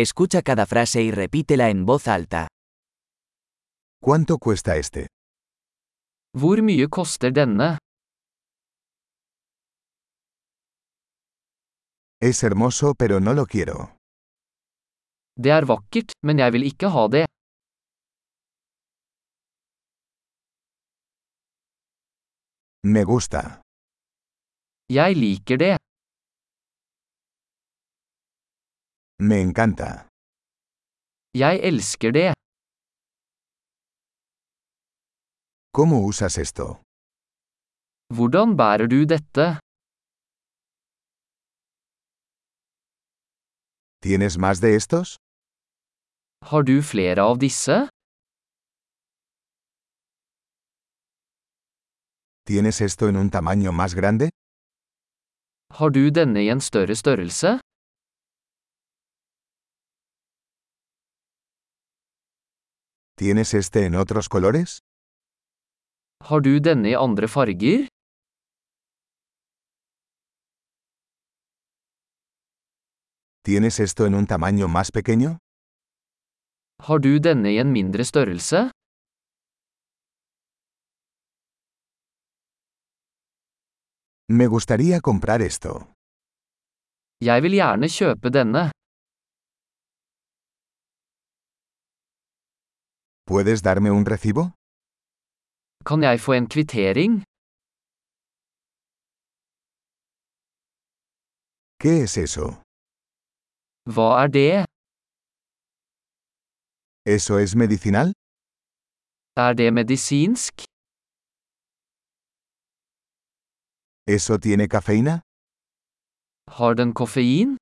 Escucha cada frase y repítela en voz alta. ¿Cuánto cuesta este? Hvor mye koster denne? Es hermoso pero no lo quiero. Det er vakkert, men jeg vil ikke ha det. Me gusta. Jeg liker det. Me encanta. Jeg elsker det. ¿Cómo usas esto? Hvordan bærer du dette? ¿Tienes más de estos? Har du flere av disse? ¿Tienes esto en un tamaño más grande? Har du denne i en større størrelse? ¿Tienes este en otros colores? Har du denne i andre farger? ¿Tienes esto en un tamaño más pequeño? Har du denne i en mindre størrelse? Me gustaría comprar esto. Jeg vil gjerne kjøpe denne. ¿Puedes darme un recibo? Kan jeg få en kvittering? ¿Qué es eso? Hva er det? ¿Eso es medicinal? Er det medisinsk? ¿Eso tiene cafeína? Har den koffein?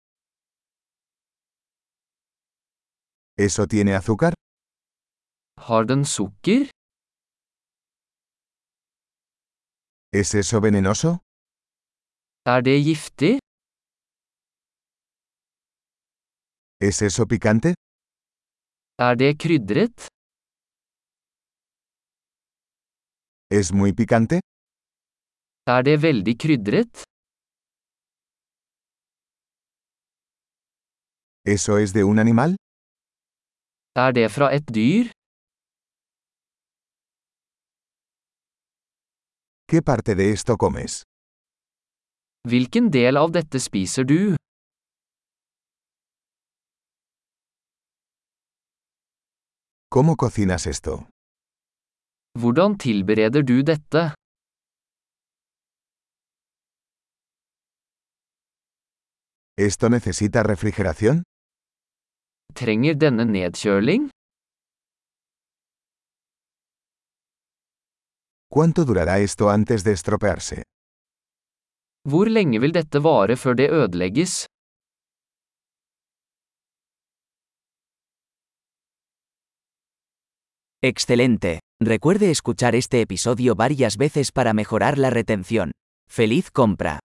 ¿Eso tiene azúcar? Har den sukker? ¿Es eso venenoso? Er det giftig? ¿Es eso picante? Er det krydret? ¿Es muy picante? Er det veldig krydret? ¿Eso es de un animal? Er det fra et dyr? ¿Qué parte de esto comes? Hvilken del av dette spiser du? ¿Cómo cocinas esto? Hvordan tilbereder du dette? ¿Esto necesita refrigeración? Trenger denne nedkjøling? ¿Cuánto durará esto antes de estropearse? Hvor lenge vil dette vare før det ødelegges? Excelente. Recuerde escuchar este episodio varias veces para mejorar la retención. ¡Feliz compra!